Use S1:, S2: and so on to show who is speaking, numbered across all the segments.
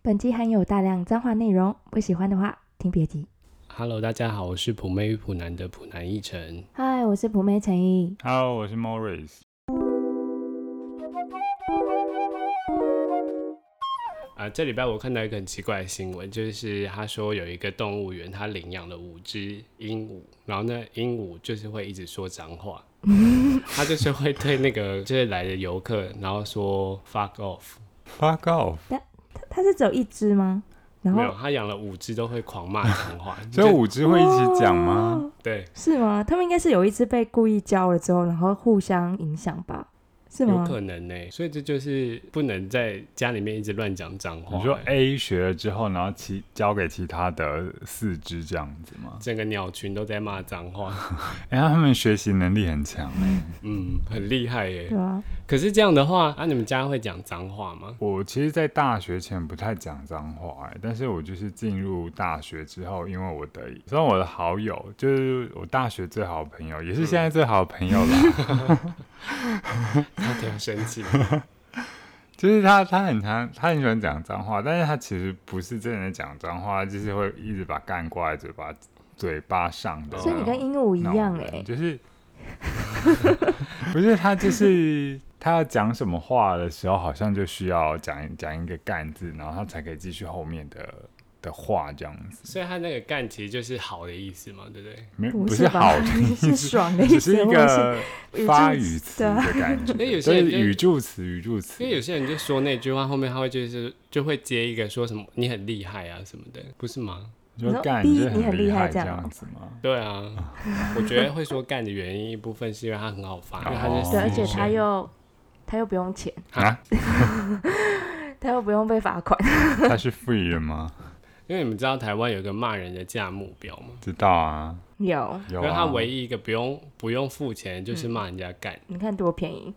S1: 本集含有大量脏话内容，不喜欢的话听别集。
S2: Hello，大家好，我是普妹与普男的普男一晨。
S1: 嗨，我是普妹陈毅。
S3: Hello，我是 Morris。
S2: 啊，这礼拜我看到一个很奇怪的新闻，就是他说有一个动物园，他领养了五只鹦鹉，然后那鹦鹉就是会一直说脏 话，他就是会对那个 就是来的游客，然后说 fuck off。
S3: Fuck off！，
S1: 它它是只有一只吗？然
S2: 没
S1: 后
S2: 有，他养了五只都会狂骂脏 话
S3: 这五只会一起讲吗？
S1: 哦？
S2: 对，
S1: 是吗？他们应该是有一只被故意教了之后，然后互相影响吧？是
S2: 有
S1: 吗？
S2: 可能呢、所以这就是不能在家里面一直乱讲脏话。
S3: 你说
S1: 哎
S3: A 学了之后，然后其交给其他的四只这样子吗？
S2: 整个鸟群都在骂脏话，
S3: 哎、他们学习能力很强哎、
S2: 嗯，很厉害耶、
S1: 对啊，
S2: 可是这样的话，啊，你们家会讲脏话 吗？
S3: 我其实，在大学前不太讲脏话哎、但是我就是进入大学之后，因为我的虽然我的好友就是我大学最好的朋友，也是现在最好的朋友啦，
S2: 他挺生气的。
S3: 就是他，他很常，他很喜欢讲脏话，但是他其实不是真的讲脏话，就是会一直把干挂在嘴巴嘴巴上的那种。
S1: 所以你跟鹦鹉一样哎、
S3: 那种人就是 不是他就是他要讲什么话的时候，好像就需要讲讲一个干字，然后他才可以继续后面的的话这样子，
S2: 所以他那个干其实就是好的意思嘛，对不对？
S3: 没
S1: 不
S3: 是
S1: 吧
S3: 好的意
S1: 是
S3: 思，
S1: 爽的意
S3: 只
S1: 思，
S3: 是一
S1: 或者是
S3: 个
S1: 语
S3: 发
S1: 助
S3: 语
S1: 词
S3: 词
S1: 啊
S3: 的感觉，
S2: 因为有些
S3: 就是
S2: 人就
S3: 语助词，语助词
S2: 因。为有些人就说那句话后面他会就是就会接一个说什么你很厉害啊什么的，不是吗？
S3: 就
S1: 你说
S3: 干，
S1: 逼
S3: 你就
S1: 你很
S3: 很
S1: 厉
S3: 厉
S1: 害
S3: 害
S1: 这
S3: 这
S1: 样哦
S3: 样子 吗？
S2: 对啊，我觉得会说干的原因一部分是因为他很好发，因为他是
S3: 哦
S2: 私
S1: 对，
S2: 生
S1: 而且他又他又不用钱，
S3: 啊，
S1: 他又不用被罚款。
S3: 他是 free 人吗？
S2: 因为你们知道台湾有一个骂人的价目表嘛，
S3: 知道啊，
S1: 有，
S3: 有
S2: 因
S3: 啊。
S2: 为他唯一一个不用不用付钱
S1: 嗯
S2: 就是骂人家干，
S1: 你看多便宜，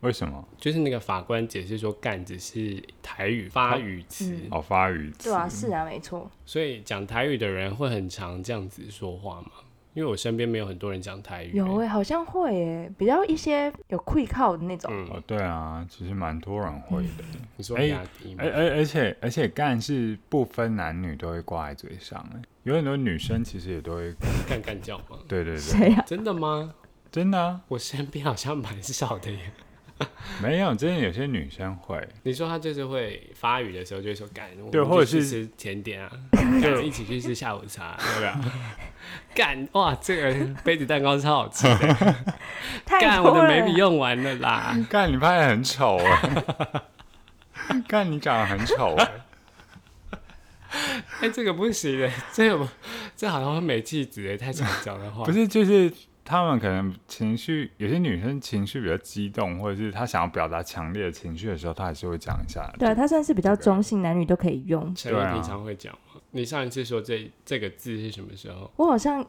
S3: 为什么？
S2: 就是那个法官解释说干只是台语发语词，
S1: 嗯
S3: 哦，发语词
S1: 对啊，是啊，没错。
S2: 所以讲台语的人会很常这样子说话嘛。因为我身边没有很多人讲台语、
S1: 有诶、好像会诶、比较一些有愧靠的那种，
S2: 嗯
S3: 哦，，对啊，其实蛮多人会的。
S2: 你说
S3: 哎
S2: 雅迪
S1: 嗯
S2: 吗
S3: 而？而而且而且干是不分男女都会挂在嘴上，哎，有很多女生其实也都会，
S2: 干干叫吗？
S3: 对对对，
S1: 谁呀、啊
S2: 真的吗？
S3: 真的啊，
S2: 我身边好像蛮少的耶。
S3: 没有，真的有些女生会，
S2: 你说他就是会发语的时候，就会说干，我们
S3: 对
S2: 就
S3: 或者
S2: 去
S3: 是
S2: 吃甜点啊，干一起去吃下午茶，对不对？
S3: 啊
S2: 干哇，这个杯子蛋糕超好吃的，
S1: 太
S2: 干
S1: 多
S2: 我
S1: 了
S2: 的眉笔用完了啦。
S3: 干你拍的很丑哎， 干你长得很丑哎，
S2: 哎、这个不行的，这个不这好像会没气质哎，太常讲的话。
S3: 不，是就是。他们可能情绪，有些女生情绪比较激动，或者是她想要表达强烈的情绪的时候，她还是会讲一下。
S1: 对啊，它算是比较中性，男女都可以用。
S2: 陈毅
S3: 对啊
S2: 平常会讲吗？你上一次说这这个字是什么时候？
S1: 我好像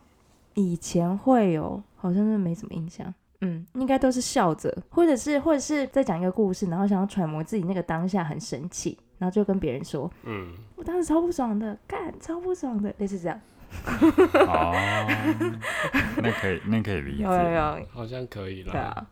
S1: 以前会有，好像是没什么印象。嗯，应该都是笑着，或者是或者是在讲一个故事，然后想要揣摩自己那个当下很生气，然后就跟别人说
S2: 嗯，：“
S1: 我当时超不爽的，干超不爽的。”类似这样。
S3: 哦，那可以，那可以理解。
S1: 有有有，
S2: 好像可以啦。
S1: 哎对啊，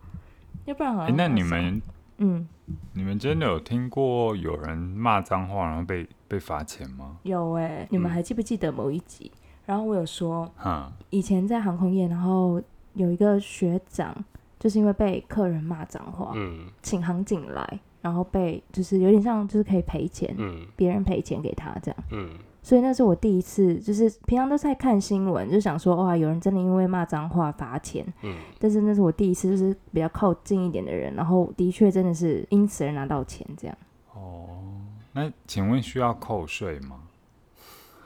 S1: 要不然好
S3: 诶
S1: 像、
S3: 那你们
S1: 嗯
S3: 你们真的有听过有人骂脏话然后被被罚钱吗？
S1: 有哎、你们
S2: 嗯
S1: 还记不记得某一集？然后我有说，
S3: 哈，
S1: 以前在航空业，然后有一个学长，就是因为被客人骂脏话，
S2: 嗯
S1: 请航警来，然后被就是有点像就是可以赔钱，
S2: 嗯
S1: 别人赔钱给他这样。
S2: 嗯，
S1: 所以那是我第一次，就是平常都在看新闻，就想说哇，有人真的因为骂脏话罚钱。
S2: 嗯，
S1: 但是那是我第一次，就是比较靠近一点的人，然后的确真的是因此而拿到钱，这样
S3: 哦，那请问需要扣税吗？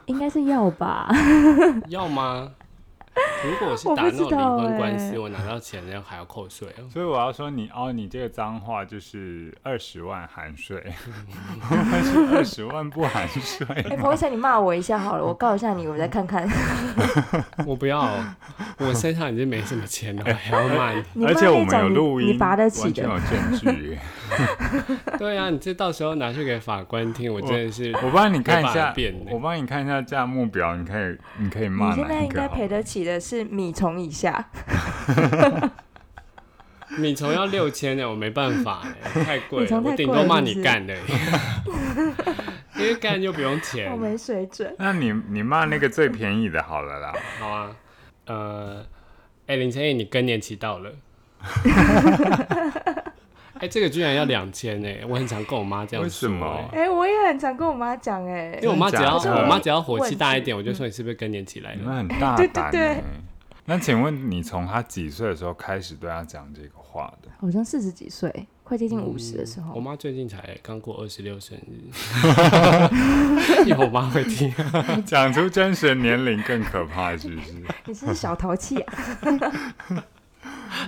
S1: 应该是要吧？
S2: 要吗？如果我是
S1: 我
S2: 打
S1: 不知
S2: 那种离
S1: 道
S2: 婚官
S1: 欸
S2: 司，我拿到钱然后还要扣税 哦。
S3: 所以我要说你哦，你这个脏话就是二十万含税，是 二十万不含
S1: 哎、
S3: 税
S1: 彭医生，你骂我一下好了，我告一下你，我再看看。
S3: 哎
S2: 我不要，我身上已经没什么钱了，我还要骂你。
S1: 你骂
S3: 而且我
S1: 那
S3: 们有
S1: 种
S3: 录
S1: 你
S3: 音，
S1: 你拔得起
S3: 完全
S1: 的，
S3: 有证据。
S2: 对啊，你这到时候拿去给法官听，我真的是
S3: 我帮你看一
S2: 没办
S3: 下
S2: 法变，的
S3: 我帮你看一下价目表，你可以你可以
S1: 你
S3: 骂
S1: 现
S3: 哪
S1: 在
S3: 一
S1: 应
S3: 个
S1: 该
S3: 好
S1: 赔
S3: 了？
S1: 得起的是米虫以下，
S2: 米虫要六千呢，我没办法欸，太贵
S1: 米虫
S2: 了，
S1: 太
S2: 我顶
S1: 贵
S2: 多
S1: 了
S2: 骂
S1: 是不
S2: 你
S1: 是
S2: 干的而已。 因为干又不用钱
S1: 我。没水准。
S3: 那你你骂那个最便宜的好了啦，
S2: 好啊，呃，哎、林晨毅，你更年期到了。 哎、这个居然要两千呢！我很常跟我妈这样
S3: 为
S2: 说、
S3: 什么
S2: 哎
S1: 哎、我也很常跟我妈讲、哎，
S2: 因为我妈只要
S3: 真的假的
S2: 我妈只要火气大一点，我就
S1: 嗯
S2: 说你是不是更年期来
S3: 你
S2: 了？
S3: 们很大
S1: 对对
S3: 胆、欸。
S1: 对
S3: 那请问你从他几岁的时候开始对他讲这个话的？
S1: 好像四十几岁，快接近五十的时
S2: 嗯我
S1: 候，
S2: 妈最近才刚过二十六生日， 因为我妈会听。
S3: 讲出真实的年龄更可怕，是不是？
S1: 你是小淘气 啊？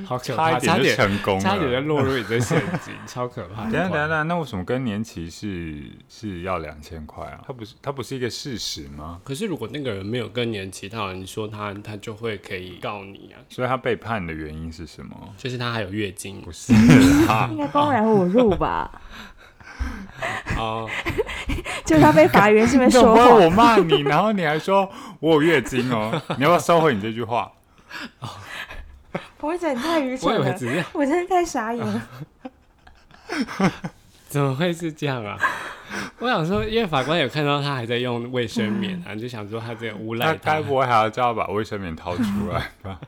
S2: 好可
S3: 差
S2: 怕，
S3: 一点
S2: 差
S3: 就
S2: 点
S3: 成功了，
S2: 差点就落入你的陷阱，超可怕。
S3: 等一下等一下，等一下，那为什么更年期是是要两千块啊？它不是它不是一个事实吗？
S2: 可是如果那个人没有更年期，他人说他他就会可以告你啊，
S3: 所以他被判的原因是什么？
S2: 就是他还有月经
S3: 不是
S2: 啊
S3: 啦，
S1: 应该公然侮辱 吧？
S2: 哦，
S1: 就他被法院这 边
S3: 你怎
S1: 说
S3: 么会
S1: 谎，
S3: 我骂你，然后你还说我有月经哦？你要不要收回你这句话？
S1: 我会觉得你太愚
S2: 我以
S1: 蠢
S2: 为啊
S1: 了，
S2: 只是
S1: 我真的太傻眼了。
S2: 怎么会是这样啊？ 我想说，因为法官有看到他还在用卫生棉啊，就想说他这个诬
S3: 他
S2: 赖
S3: 嗯该不会还要叫他把卫生棉掏出来吧？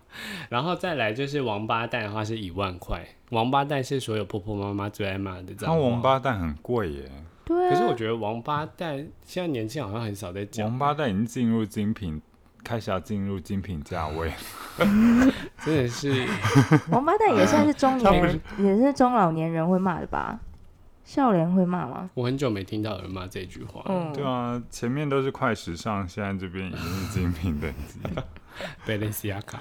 S2: 然后再来就是王八蛋的话是一万块，王八蛋是所有婆婆妈妈最爱骂的脏
S3: 那
S2: 话。
S3: 王，八蛋很贵耶，
S1: 对
S2: 可是我
S1: 啊，
S2: 觉得王八蛋现在年轻人好像很少在讲，
S3: 王八蛋已经进入精品，开始要进入精品价 位。
S2: 真的是
S1: 王八蛋也算是中
S3: 他
S1: 年
S3: 不
S1: 人，也是中老年人会骂的吧？笑脸会骂吗？
S2: 我很久没听到有人骂这句话了，
S1: 嗯，
S3: 对啊，前面都是快时尚，现在这边已经是精品等级。
S2: 贝雷西亚卡。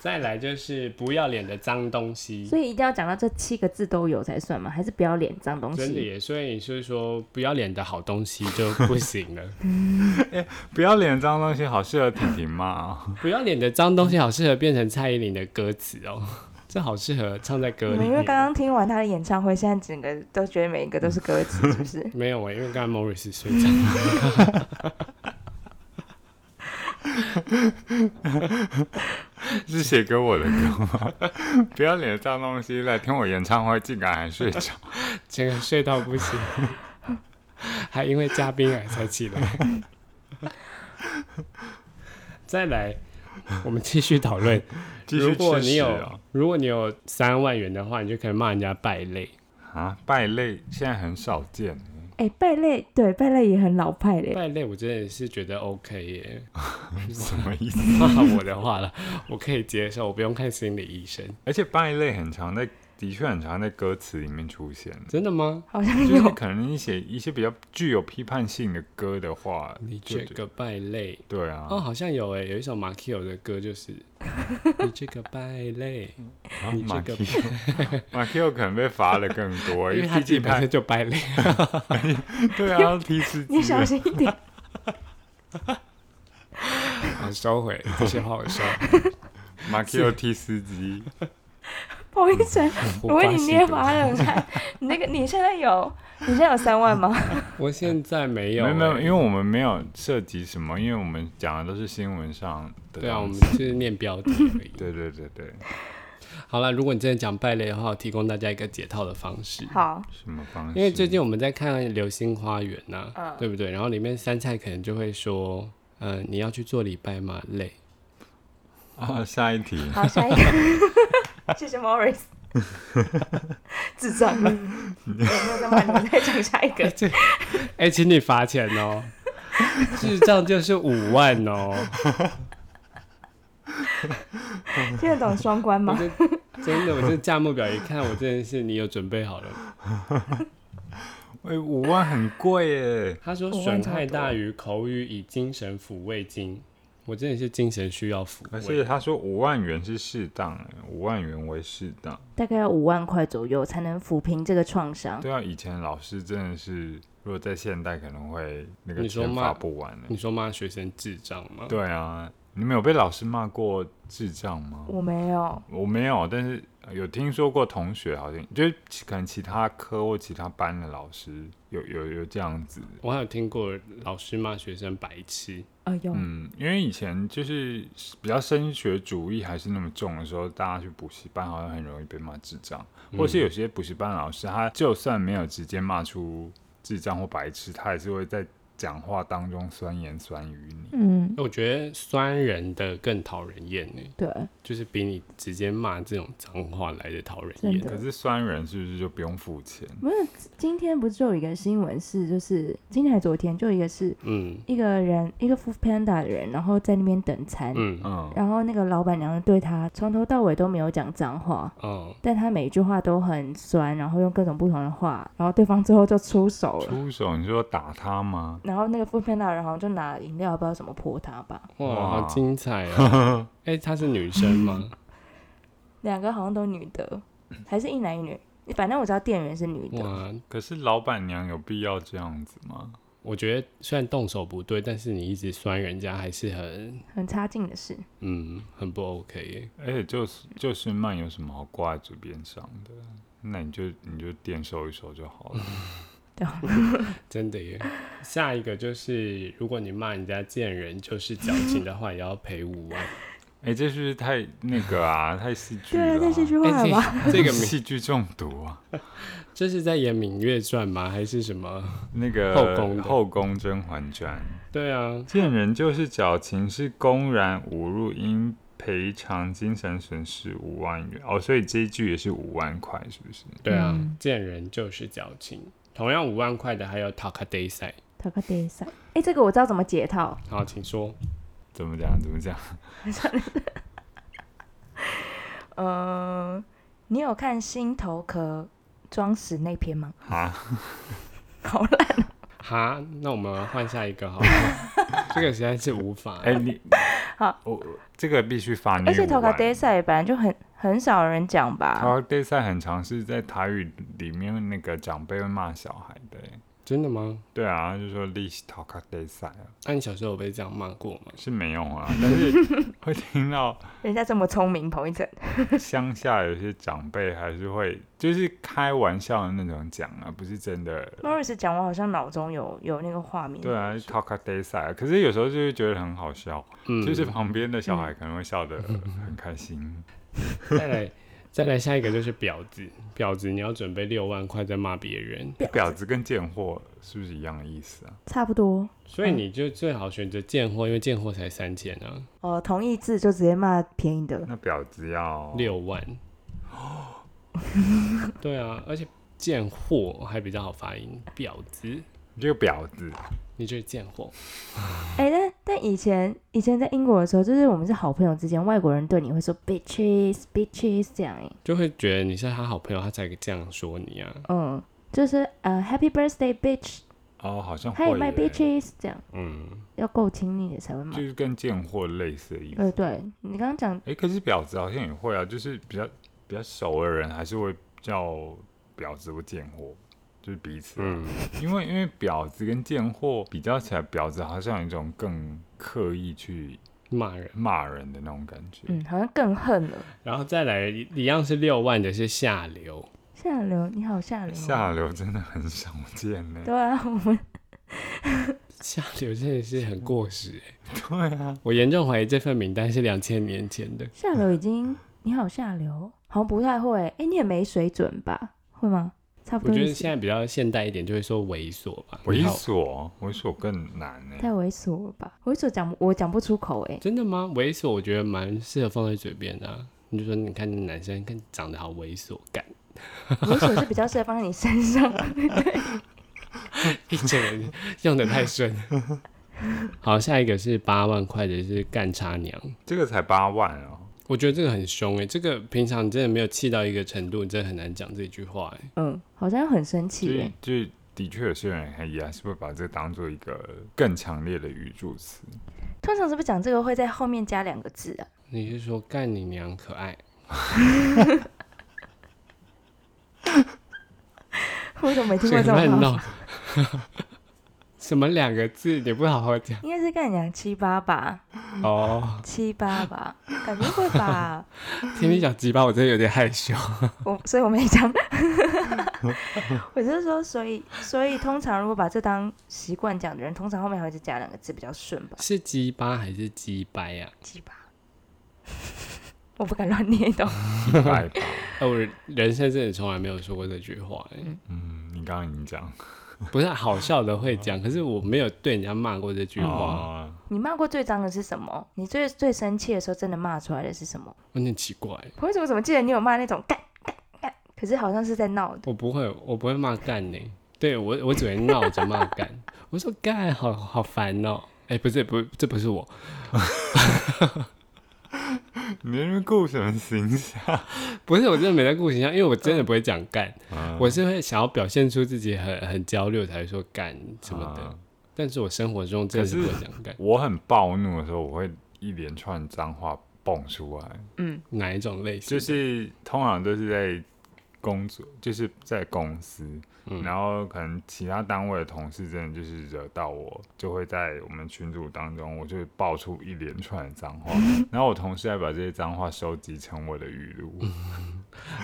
S2: 再来就是不要脸的脏东西，
S1: 所以一定要讲到这七个字都有才算吗？还是不要脸脏东
S2: 真的
S1: 西？
S2: 耶。所以就是说不要脸的好东西就不行了，
S3: 不要脸脏东西好适合婷婷骂、哦。
S2: 不要脸的脏东西好适合变成蔡依林的歌词哦， 这好适合唱在歌
S1: 你
S2: 里
S1: 们
S2: 面。？
S1: 因为刚刚听完他的演唱会，现在整个都觉得每一个都是歌词，是不是
S2: 没有啊，因为刚刚 Morris 睡着。
S3: 是写给我的歌吗？ 不要脸脏东西来听我演唱会，竟然还 睡着。
S2: 整个睡到不行，还因为嘉宾而才起来。 再来，我们继续讨论。
S3: 继续
S2: 如果
S3: 吃
S2: 你
S3: 屎
S2: 有、
S3: 哦
S2: 如果你有三万元的话，你就可以骂人家败类。
S3: 啊！败类现在很少见，
S1: 哎、败类对败类也很老派嘞，
S2: 败类我真的是觉得 OK 耶，
S3: 什么意思？
S2: 骂我的话了，我可以接受，我不用看心理医生。
S3: 而且败类很常在，的确很常在歌词里面 出现。
S2: 真的吗？
S1: 好像
S3: 就
S1: 有
S3: 是可能一些一些比较具有批判性的歌的话，
S2: 你
S3: 就
S2: 这
S3: 觉
S2: 个败类
S3: 对啊，
S2: 哦，好像有哎，有一首马 Q 的歌就是 你这个败类，
S3: 然后
S2: 你
S3: 啊马
S2: 这个
S3: Q 马 Q 可能被罚的更多，
S2: 因为他
S3: 毕
S2: 自己
S3: 竟
S2: 本
S3: 他
S2: 身就败类。
S3: 对啊，踢司
S1: 你
S3: 机
S1: 小心一点。
S2: 我收 回这些话，我收。
S3: 马 Q 踢司机，
S1: 彭一晨，我为你捏把
S2: 了。
S1: 冷汗。你 那个你现在有你现在有三万吗？
S2: 我现在没有、
S3: 没
S2: 欸，
S3: 有没有，因为我们没有涉及什么，因为我们讲的都是新闻上的
S2: 对啊，我
S3: 东
S2: 们
S3: 西。
S2: 就是念标题而已。
S3: 对对对对，
S2: 好了，如果你真的讲败类的话，我提供大家一个解套的方式。
S1: 好，
S3: 什么方式？
S2: 因为最近我们在看《流星花园》呐、
S1: 嗯
S2: 对不对？然后里面杉菜可能就会说，呃，你要去做礼拜吗？累。
S3: 啊，下一题，
S1: 好，下一个。 谢谢 Morris。智障了， 有没有在骂你们？再讲下一 个。
S2: 哎、请你罚钱 哦，智障就是五万哦。
S1: 听得懂双关
S2: 我
S1: 吗？
S2: 这真的，我这价目表一看，我真的是你有准备好了吗。
S3: 哎，五万很贵耶，
S2: 他说
S1: 我忘
S2: 损
S1: 记
S2: 害
S1: 了
S2: 大于口语以精神抚慰金，我真的是精神需要抚
S3: 而且
S2: 慰。
S3: 他说五万元是适当耶，五万元为适当。
S1: 大概要五万块左右才能抚平这个创伤。
S3: 对啊，以前老师真的是，如果在现代可能会那个
S2: 你说
S3: 钱
S2: 骂
S3: 罚不完的
S2: 你。说骂学生智障吗？
S3: 对啊，你们有被老师骂过智障吗？
S1: 我没有，
S3: 我没有，但是呃有听说过同学好像就是其可能其他科或其他班的老师有有有这样子。
S2: 我还有听过老师骂学生白痴，
S1: 哎呦，
S3: 嗯，因为以前就是比较升学主义还是那么重的时候，大家去补习班好像很容易被骂智障，或是有些补习班老师他就算没有直接骂出智障或白痴，他也是会在讲话当中酸言酸语你。
S1: 嗯，
S2: 我觉得酸人的更讨人厌呢，
S1: 对，
S2: 就是比你直接骂这种脏话来的讨人
S1: 真
S2: 厌
S1: 的。
S3: 可是酸人是不是就不用付钱？
S1: 今天不是就有一个新闻是，就是今天还昨天就有一个是
S2: 嗯
S1: 一个人一个 Food Panda 的人，然后在那边等餐，
S2: 嗯
S3: 嗯，
S1: 然后那个老板娘对他从头到尾都没有讲脏话，
S2: 哦，
S1: 但他每一句话都很酸，然后用各种不同的话，然后对方最后就出手了。
S3: 出手你说打他吗？
S1: 然后那个 Food Panda 人好像就拿饮料，不知道怎么泼他吧。
S2: 哇，
S3: 哇
S2: 好精彩哦！ 哎，她是女生吗？
S1: 两个好像都女的，还是一男一女，反正我知道店员是女
S3: 嗯
S1: 的。
S2: 哇，
S3: 可是老板娘有必要这样子吗？
S2: 我觉得虽然动手不对，但是你一直酸人家还是很
S1: 很差劲的事，
S2: 嗯很不 OK 耶。
S3: 而且就是就是慢有什么好挂在嘴边上的？那你就你就店收一收就好 了。
S2: 真的耶。下一个就是，如果你骂人家贱人就是矫情的话，也要赔五万。
S3: 哎、这是不是太那个啊？太戏剧
S1: 对，
S3: 了、啊。
S1: 这是句话
S2: 哎、
S1: 吧？
S2: 这这 个名
S3: 戏剧中毒啊！
S2: 这是在演《芈月传》吗？还是什么？
S3: 那个
S2: 后宫的
S3: 后宫甄嬛传，
S2: 对啊，
S3: 见人就是矫情，是公然侮辱，应赔偿精神损失五万元。哦，所以这一句也是五万块，是不是？
S2: 对啊，
S1: 嗯
S2: 贱人就是矫情。同样五万块的还有 Taka Day 赛。
S1: 塔克德赛，哎，这个我知道怎么解套。
S2: 好，请说。
S3: 怎么讲？怎么讲？
S1: 呃，你有看《心头壳装死》那篇吗？
S3: 啊？
S1: 好烂，
S2: 哈，那我们换下一个 好了。这个实在是无 法。
S3: 哎、你
S1: 好，
S3: 我我这个必须罚你
S1: 而且
S3: 五
S1: 塔克
S3: 万
S1: 德赛本来就很很少人讲吧？
S3: 桃花赛很常是在台语里面那个长辈会骂小孩的、欸
S2: 真的吗？
S3: 对啊，他就说利息桃花赛啊，
S2: 那、你小时候有被这样骂过吗？
S3: 是没用啊，但是 会听到
S1: 人家这么聪明，彭一晨。
S3: 乡下有些长辈还是会就是开玩笑的那种讲啊，不是真的。
S1: Morris 讲，我好像脑中有有那个画面。
S3: 对啊，桃花赛，可是有时候就会觉得很好笑，
S2: 嗯，
S3: 就是旁边的小孩
S1: 嗯
S3: 可能会笑得很开心。
S2: 再来，再来下一个就是婊子。婊子，你要准备六万块再骂别人，
S3: 婊子跟贱货是不是一样的意思啊？
S1: 差不多。
S2: 所以你就最好选择贱货，因为贱货才三千啊，
S1: 哦，同义字就直接骂便宜的。
S3: 那婊子要
S2: 六万。对啊，而且贱货还比较好发音，婊子，
S3: 你这个婊子，
S2: 你就是贱货。
S1: 哎、但但以前以前在英国的时候，就是我们是好朋友之间，外国人对你会说 bitches bitches 这样哎、
S2: 就会觉得你是他好朋友，他才这样说你啊。
S1: 嗯，就是呃 happy birthday bitch，
S3: 哦，好像
S1: hey
S3: 会
S1: my
S3: 耶
S1: bitches 这样，
S2: 嗯，
S1: 要够亲密的才会骂
S3: 就。是跟贱货类似的意思。
S1: 呃，对你刚刚讲
S3: 哎、可是婊子好像也会啊，就是比较比较熟的人还是会叫婊子或贱货，就是彼此、啊。
S2: 嗯，
S3: 因为因为婊子跟贱货比较起来，婊子好像有一种更刻意去
S2: 骂人，
S3: 骂人的那种感觉。
S1: 嗯，好像更恨了。
S2: 然后再来一一样是六万的是下流，
S1: 下流，你好下流、哦。
S3: 下流真的很少见呢、
S1: 对啊，我们
S2: 下流真的是很过时欸、
S3: 对啊，
S2: 我严重怀疑这份名单是两千年前的。
S1: 下流已经你好下流，好像不太会。哎、你也没水准吧？会吗？差不
S2: 我
S1: 多
S2: 觉
S1: 意
S2: 得
S1: 思。
S2: 现在比较现代一点，就会说猥琐吧。
S3: 猥
S2: 然后
S3: 琐猥琐更难呢、
S1: 太猥琐了吧？猥琐讲不我讲不出口哎、
S2: 真的吗？猥琐我觉得蛮适合放在嘴边的啊、你就说，你看那男生看长得好猥琐，感
S1: 猥琐是比较适合放在你身 上。
S2: 一整人用的太顺了。好，下一个是八万块的是干茶娘，
S3: 这个才八万哦、
S2: 我觉得这个很凶哎、这个平常你真的没有气到一个程度，你真的很难讲这句话哎、
S1: 嗯，好像很生
S3: 就
S1: 气
S3: 是
S1: 哎。
S3: 就是的确有些人还也还是会把这个当做一个更强烈的语助 词。
S1: 通常是不是讲这个会在后面加两个字啊？
S2: 你是说干你娘可爱？
S1: 我怎么没听过
S2: 谁
S1: 这种
S2: 乱
S1: 话？
S2: 弄？ 什么两个字你不好好讲
S1: 应该是干娘七八吧，
S2: 哦？
S1: 七八吧，感觉会吧。
S2: 听你讲鸡巴，我真的有点害羞。
S1: 我所以我没讲， 我就是说，所以所以通常如果把这当习惯讲的人，通常后面还会再加两个字比较顺吧，
S2: 是鸡巴还是鸡掰啊呀、
S1: 鸡巴。 我不敢乱念的，
S3: 一百八，
S2: 哎、我人生真的从来没有说过这句话、哎，
S3: 嗯，你刚刚已经讲，
S2: 不是好笑的会讲，可是我没有对人家骂过这句话，
S3: 哦，
S1: 你骂过最脏的是什么？你最最生气的时候真的骂出来的是什么？
S2: 我很奇怪。
S1: 我为什么怎么记得你有骂那种干干干，可是好像是在闹的。
S2: 我不会，我不会骂干呢。对我，我只会闹着骂干。我说干，好好烦哦、哎、不是，不，这不是我，
S3: 你在那边顾什么形象？
S2: 不是我真的没在顾形象，因为我真的不会讲干，
S3: 嗯
S2: 我是会想要表现出自己很很焦虑我才会说干什么的。
S3: 啊
S2: 但是我生活中真的是不
S3: 可
S2: 会
S3: 是
S2: 讲干，
S3: 我很暴怒的时候，我会一连串脏话蹦出来，
S1: 嗯，
S2: 哪一种类型？
S3: 就是通常都是在工作，就是在公司，
S2: 嗯
S3: 然后可能其他单位的同事真的就是惹到我，就会在我们群组当中，我就会爆出一连串的脏话，然后我同事还把这些脏话收集成我的语录，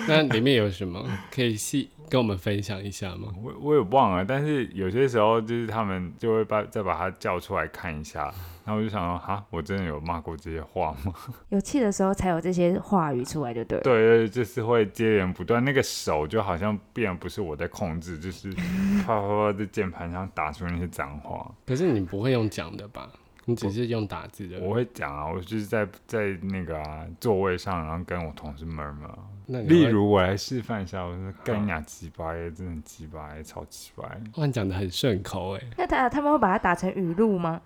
S2: 那里面有什么可以细跟我们分享一下吗？
S3: 我我也忘了，但是有些时候就是他们就会把再把他叫出来看一下，然后我就想说，哈，我真的有骂过这些话吗？
S1: 有气的时候才有这些话语出来，就对了。
S3: 对对，就是会接连不断，那个手就好像变然不是我在控制，就是啪啪啪在键盘上打出那些脏话。
S2: 可是你不会用讲的吧？你只是用打字的。
S3: 我会讲啊，我就是在在那个啊座位上，然后跟我同事 murmur 啊。
S2: 那你会
S3: 例如，我来示范一下，我说干你俩鸡巴耶，真的很鸡巴耶，超鸡巴耶。
S2: 哇，你讲的很顺口哎、
S1: 那他他们会把它打成语录吗？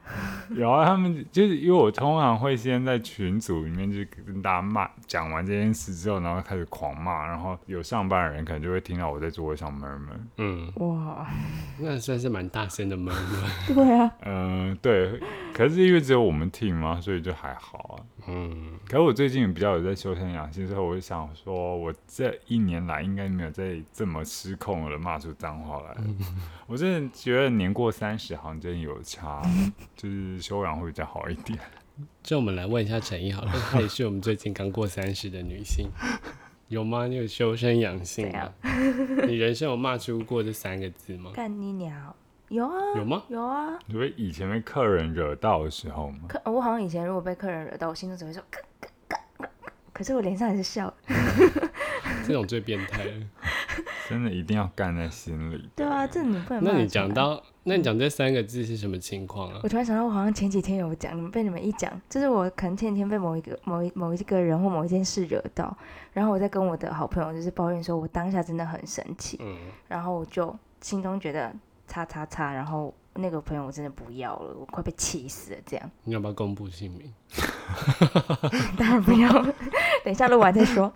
S3: 然后他们就是因为我通常会先在群组里面就跟大家骂，讲完这件事之后，然后开始狂骂，然后有上班的人可能就会听到我在座位上 murmur。
S2: 嗯，
S1: 哇，
S2: 那算是蛮大声的闷了。
S1: 对啊，
S3: 嗯，对，可是因为只有我们 team 嘛，所以就还好啊。
S2: 嗯，
S3: 可是我最近比较有在修身养性，所以我就想说，我这一年来应该没有再这么失控的骂出脏话来了。我真的觉得年过三十好像真的有差，就是修养会比较好一点。
S2: 这我们来问一下陈毅好了，她也是我们最近刚过三十的女性，有吗？你有修身养性吗？你人生有骂出过这三个字 吗？
S1: 干你鸟！有啊，
S2: 有吗？
S1: 有啊。
S3: 因为以前被客人惹到的时候嘛，
S1: 客我好像以前如果被客人惹到，我心中只会说咯咯咯咯咯可是我脸上还是笑。
S2: 这种最变 态了。
S3: 真的一定要干在心里。
S1: 对啊，这你不能骂
S2: 那
S1: 得
S2: 你
S1: 出
S2: 讲
S1: 来
S2: 到，那你讲这三个字是什么情况啊
S1: 我？突然想到，我好像前几天有讲，你们被你们一讲，就是我可能前几天被某一个某一某一个人或某一件事惹到，然后我在跟我的好朋友就是抱怨说，我当下真的很生气，
S2: 嗯，
S1: 然后我就心中觉得叉叉叉，然后那个朋友我真的不要了，我快被气死了，这样
S2: 你要不要公布姓名？
S1: 当然不要了，等一下录完再说，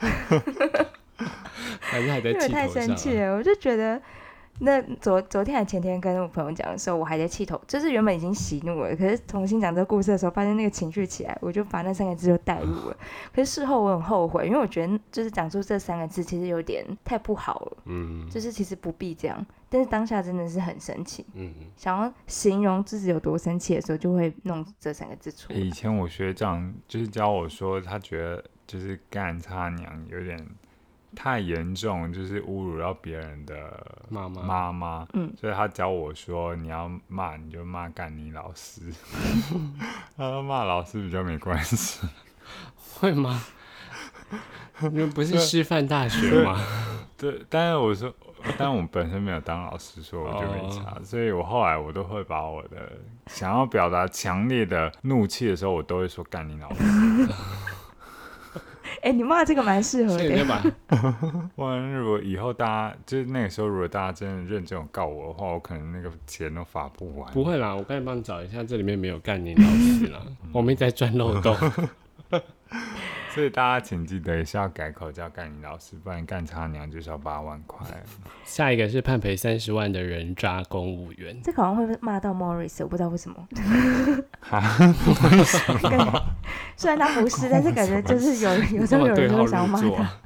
S2: 还是还在
S1: 因为
S2: 气
S1: 我太
S2: 头上
S1: 生气
S2: 啊？
S1: 了，我就觉得。那昨昨天还前天跟我朋友讲的时候，我还在气头，就是原本已经喜怒了，可是重新讲这个故事的时候，发现那个情绪起来，我就把那三个字就带入 了。可是事后我很后悔，因为我觉得就是讲出这三个字其实有点太不好了，
S2: 嗯
S1: 就是其实不必这样。但是当下真的是很生气，
S2: 嗯，
S1: 想要形容自己有多生气的时候，就会弄这三个字出来。
S3: 以前我学长就是教我说，他觉得就是干他娘有点太严重，就是侮辱到别人的
S2: 妈妈
S3: 妈妈，
S1: 嗯
S3: 所以他教我说，你要骂你就骂干你老师，他说骂老师比较没关系，
S2: 会吗？你们不是师范大学
S3: 对
S2: 吗？
S3: 对，但是我说，但我本身没有当老师，所以我就没差，所以我后来我都会把我的想要表达强烈的怒气的时候，我都会说干你老师。
S1: 哎、你骂这个蛮适合
S2: 所以
S1: 的
S2: 你就。把
S3: 万一如果以后大家就是那个时候，如果大家真的认真有告我的话，我可能那个钱都发不完。
S2: 不，会啦，我刚才帮你找一下，这里面没有概念老师啦，我们一直在钻漏洞。
S3: 所以大家请记得也是要改口叫干你老师，不然干他娘就是要八万 块。
S2: 下一个是判赔三十万的人渣公务员，
S1: 这个好像会骂到 Morris，我不知道为 什么。 虽然他不是，但是感觉就是 有有时候有
S2: 对
S1: 人就
S2: 号
S1: 会
S2: 入
S1: 想要骂
S2: 座
S1: 他。
S2: 啊。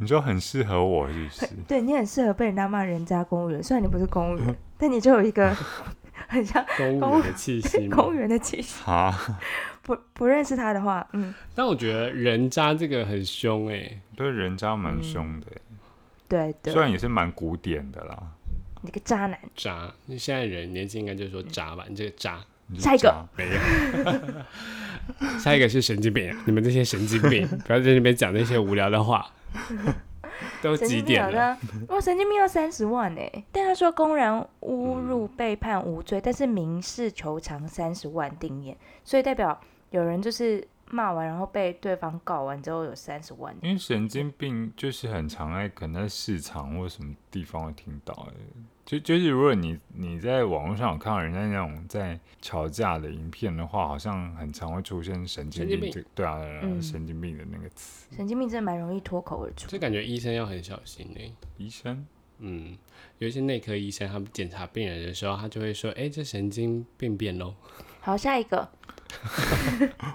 S3: 你说很适合我是 不是？
S1: 对你很适合被人家骂人家公务员，虽然你不是公务 员，但你就有一个 很像
S3: 嗯
S2: 公务员的气息嘛。
S1: 公务员的气息。
S3: 啊，
S1: 不不认识他的话，嗯，
S2: 但我觉得人渣这个很凶哎、
S3: 对人渣蛮凶的、
S2: 嗯
S1: 对对
S3: 虽，然也是蛮古典的啦。
S1: 你个渣男，
S2: 渣。那现在人年纪应该就说渣吧，你这个渣。
S3: 你就
S1: 下一个
S3: 渣
S2: 没有。 下一个是神经病啊，你们这些神经病，不要在那边讲那些无聊的话。都
S1: 神
S2: 几
S1: 经病啊
S2: 点
S1: 好
S2: 了？
S1: 像，哇，神经病要三十万呢、但他说公然侮辱被判无罪，但是民事求偿三十万定谳，所以代表有人就是骂完，然后被对方告完之后有三十万。
S3: 因为神经病就是很常在可能在市场或什么地方会听到的，就就是如果你你在网络上有看到人家那种在吵架的影片的话，好像很常会出现神经
S2: 神经病
S3: 病这对啊，对啊
S1: 嗯
S3: 神经病的那个词，
S1: 神经病真的蛮容易脱口而出
S2: 这。感觉医生要很小心哎、
S3: 医生
S2: 嗯，有一些内科医生，他们检查病人的时候，他就会说：“哎、这神经病变喽。
S1: 好，下一个，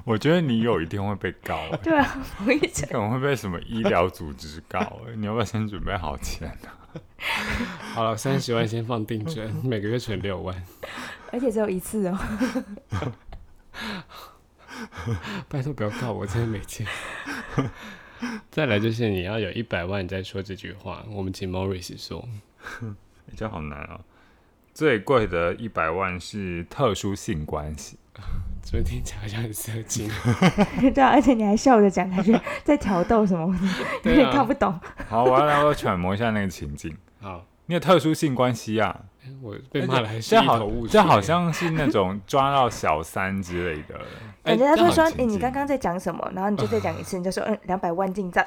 S3: 我觉得你有一天会被告、欸
S1: 对啊，吴亦辰
S3: 你可能会被什么医疗组织告、欸你要不要先准备好钱啊？”
S2: 好了，三十万先放定存， 每个月存六万，
S1: 而且只有一次哦。
S2: 拜托不要告我，真的没钱。 再来就是你要有一百万，你再说这句话。我们请 Morris 说，
S3: 比较好难啊、最贵的一百万是特殊性关系，
S2: 怎么听起来好像很色 情？
S1: 对啊，而且你还笑着讲，感觉在挑逗什么，我有
S2: 对
S1: 点
S2: 啊
S1: 看不懂。
S3: 好，我要来我揣摩一下那个情境。
S2: 好，
S3: 你有特殊性关系啊？
S2: 诶哎我被骂的还是
S3: 这
S2: 一
S3: 好
S2: 头雾，水。
S3: 这好像是那种 抓到小三之类 的。
S1: 感觉他
S2: 这
S1: 就
S2: 样
S1: 说
S3: 很：“
S1: 哎，
S3: 亲
S1: 你
S3: 近
S1: 刚刚在讲什么？”然后你就再讲一次，你就说：“嗯，两百万进账。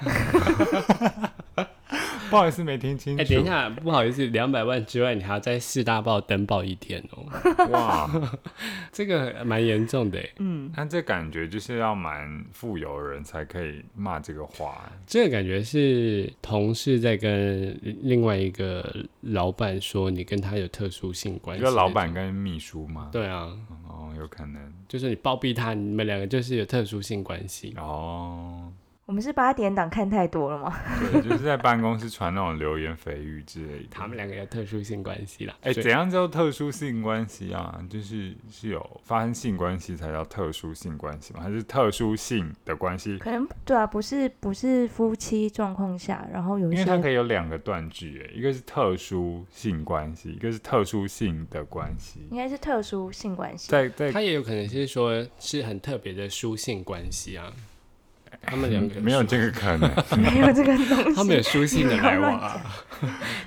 S3: 不好意思，没听清楚。
S2: 哎、等一下，不好意思，两百万之外，你还要在四大报登报一天哦，
S3: 哇，
S2: 这个蛮严重的诶。”欸
S1: 嗯，
S3: 那这感觉就是要蛮富有的人才可以骂这个话。
S2: 这个感觉是同事在跟另外一个老板说，你跟他有特殊性关
S3: 一
S2: 系。
S3: 个老板跟秘书吗？
S2: 对啊，
S3: 哦，有可能
S2: 就是你包庇他，你们两个就是有特殊性关系。
S3: 哦。
S1: 我们是八点档看太多了吗？
S3: 对，就是在办公室传那种流言蜚语之类的。
S2: 他们两个有特殊性关系啦。
S3: 哎、
S2: 所以
S3: 怎样叫特殊性关系啊？就是是有发生性关系才叫特殊性关系吗？还是特殊性的关系？
S1: 可能对啊，不是不是夫妻状况下，然后有一
S3: 因为它可
S1: 些
S3: 以有两个断句，哎，一个是特殊性关系，一个是特殊性的关系。
S1: 应该是特殊性关 系。
S3: 在在
S2: 他也有可能是说是很特别的书信关系啊。他们两个
S3: 哎没有这个可能，
S1: 没有这个 东
S2: 他
S1: 西，
S2: 们有书信的
S1: 不
S2: 来往
S1: 要乱
S2: 啊，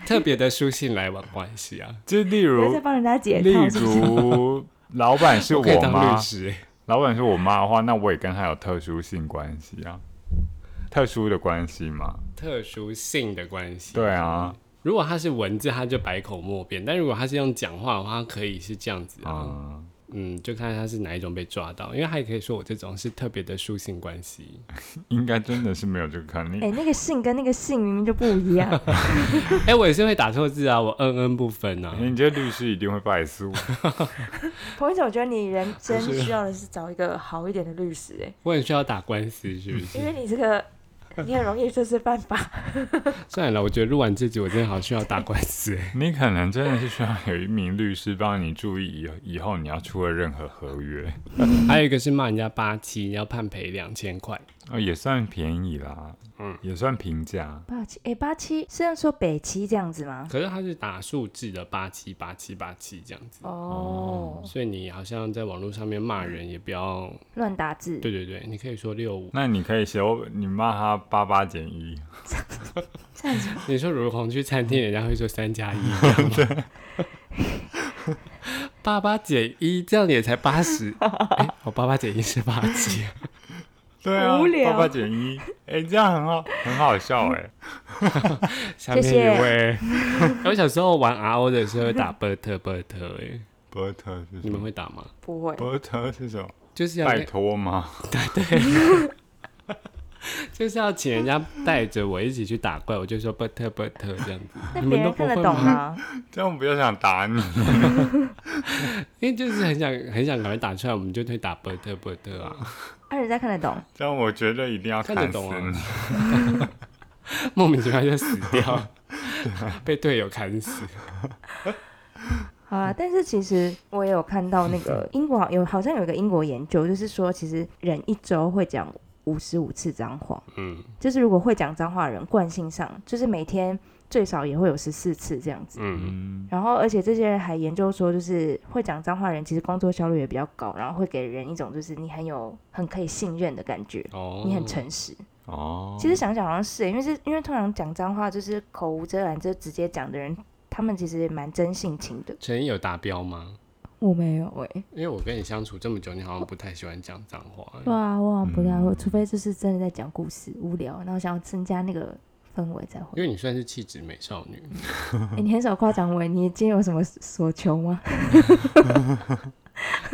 S2: 特别的书信来往关系啊。
S3: 就例
S1: 不要再
S3: 如
S1: 帮人家解
S3: 例
S1: 套，是不是？
S3: 如老板是
S2: 我可以
S3: 我
S2: 当
S3: 妈
S2: 律，师欸，
S3: 老板是我妈的话，那我也跟她有特殊性关系啊，特殊的关系嘛。
S2: 特殊性的关系。
S3: 对啊，
S2: 如果他是文字，他就百口莫辩；但如果他是用讲话的话，他可以是这样子啊，
S3: 嗯，
S2: 嗯，就看他是哪一种被抓到，因为他也可以说我这种是特别的书信关系。
S3: 应该真的是没有这个可能。
S1: 哎、那个姓跟那个姓明明就不一样，
S2: 哎、我也是会打错字啊，我嗯嗯不分啊。
S3: 你这律师一定会败诉。
S1: 彭医生，我觉得你人生需要的是找一个好一点的律师、
S2: 我很需要打官司，是不
S1: 哎，因
S2: 是？
S1: 为你这个你很容易就是犯 法。
S2: 算了，我觉得录完这集，我真的好需要打官司、哎
S3: 你可能真的是需要有一名律师帮你注意以以后你要出的任何合约，
S2: 还有一个是骂人家八七，要判赔两千块。
S3: 哦，也算便宜啦，嗯
S2: 嗯，
S3: 也算平价。
S1: 八七哎，八七是要说北七这样子吗？
S2: 可是他是打数字的八七八七八七这样子，
S1: 哦，
S2: 所以你好像在网络上面骂人也不要，
S1: 乱打字，
S2: 对对对，你可以说六五。
S3: 那你可以写我，你骂他八八减一，
S1: 这样子
S2: 你说如虹去餐厅，人家会说三加一，这样吗 八八减一，这样也才八 十。哎，我八八减一是八几？
S3: 对啊
S1: 无，聊
S3: 八八减一，哎、这样很好，很好笑哎、
S2: 下面
S1: 谢谢
S2: 一位，哎我小时候玩 RO 的时候会打 b u r t e r b u r t e r 哎，
S3: 波特是
S2: 你
S3: 什
S2: 们
S3: 么？
S2: 会打吗？
S1: 不会。
S3: 波特 是什么？
S2: 就是要
S3: 拜托吗？
S2: 就是要请人家带着我一起去打怪，我就说 b u r t e r b u r t e r 这样子，
S1: 那
S2: 你
S1: 别
S2: 们都
S1: 人
S2: 不
S1: 看得
S2: 会
S1: 懂
S2: 吗？
S1: 吗？
S3: 这样我比较想打你。
S2: 因为就是很想很想赶快打出来，我们就会打 b u r t e r b u r t e r 啊，
S1: 啊，人家看得懂，
S3: 这样我觉得一定要
S2: 看得
S3: 砍死
S2: 懂啊
S3: 你。
S2: 莫名其妙就死掉，被队友砍死。
S1: 好啊，但是其实我也有看到那个英国好有好像有一个英国研究，就是说其实人一周会讲五十五次脏话，
S2: 嗯
S1: 就是如果会讲脏话的人，惯性上就是每天最少也会有十四次这样子。
S2: 嗯。
S3: 嗯，
S1: 然后，而且这些人还研究说，就是会讲脏话的人，其实工作效率也比较高，然后会给人一种就是你很有很可以信任的感觉，
S2: 哦，
S1: 你很诚实。
S3: 哦，
S1: 其实想想好像是耶，因为是因为通常讲脏话就是口无遮拦就直接讲的人，他们其实也蛮真性情的。
S2: 陈毅有达标吗？
S1: 我没有哎、
S2: 因为我跟你相处这么久，你好像不太喜欢讲脏话。
S1: 对啊，我好像不太会，
S3: 嗯
S1: 除非就是真的在讲故事无聊，然后想要增加那个氛围才会。
S2: 因为你算是气质美少 女，
S1: 诶欸你很少夸奖我，你今天有什么所求吗？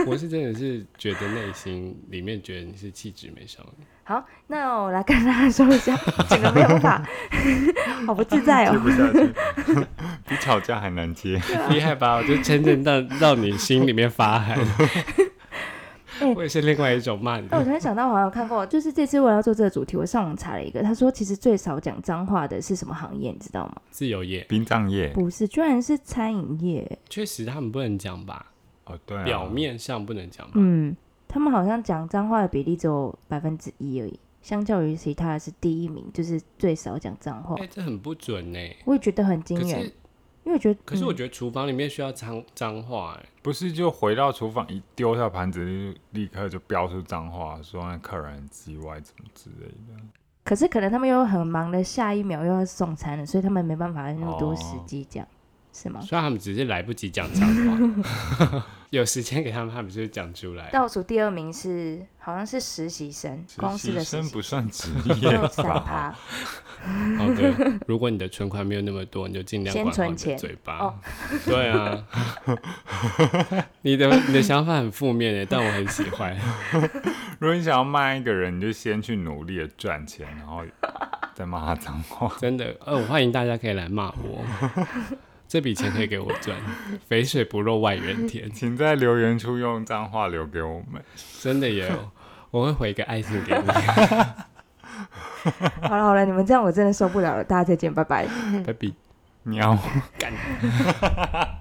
S2: 我是真的是觉得内心里面觉得你是气质美少女。
S1: 好，那我来跟大家说一下，整个没有办法， 好不自在
S3: 接
S1: 哦。
S3: 不下去， 比吵架还难接。
S2: 厉害啊吧？我就真正到到你心里面 发寒。
S1: 嗯
S2: 我也是另外一种骂你
S1: 那我
S2: 的，
S1: 突然想到，我好像有看过，就是这次我要做这个主题，我上网查了一个，他说其实最少讲脏话的是什么行业，你知道吗？
S2: 自由业。
S3: 殡葬业，
S1: 不是，居然是餐饮业。
S2: 确实他们不能讲吧，
S3: 哦对、啊，
S2: 表面上不能讲吧。
S1: 嗯，他们好像讲脏话的比例只有百分之一而已，相较于其他的是第一名，就是最少讲脏话。
S2: 哎、这很不准呢、
S1: 我也觉得很惊
S2: 可
S1: 人
S2: 是，
S1: 因为我觉得，
S2: 可是我
S1: 嗯
S2: 觉得厨房里面需要脏脏话、哎，
S3: 不是就回到厨房一丢下盘子，就立刻就飙出脏话，说那客人很叽歪怎么之类的。
S1: 可是可能他们又很忙的，下一秒又要送餐了，所以他们没办法那么多
S2: 哦
S1: 时机讲，是吗？
S2: 虽然他们只是来不及讲脏话， 有时间给他们，他们就会讲出来。
S1: 倒数第二名是好像是实习生，公司的实
S3: 实习生
S1: 习
S3: 不 算职
S1: 生，
S3: 业
S1: 就三
S3: 吧？
S1: 趴。
S2: 哦，对，如果你的存款没有那么多，你就尽量
S1: 先
S2: 管好
S1: 存
S2: 你的
S1: 钱
S2: 嘴巴。
S1: 哦
S2: 对啊，你的你的想法很负面诶，但我很喜欢。
S3: 如果你想要骂一个人，你就先去努力的赚钱，然后再骂他脏话。
S2: 真的，呃，我欢迎大家可以来骂我，这笔钱可以给我赚，肥水不落外人田，
S3: 请在留言处用脏话留给我们。
S2: 真的也有，我会回一个爱心给
S1: 好了好了，你们这样我真的受不了了，大家再见，拜拜。
S2: 你，拜比。
S3: 喵。
S2: 干。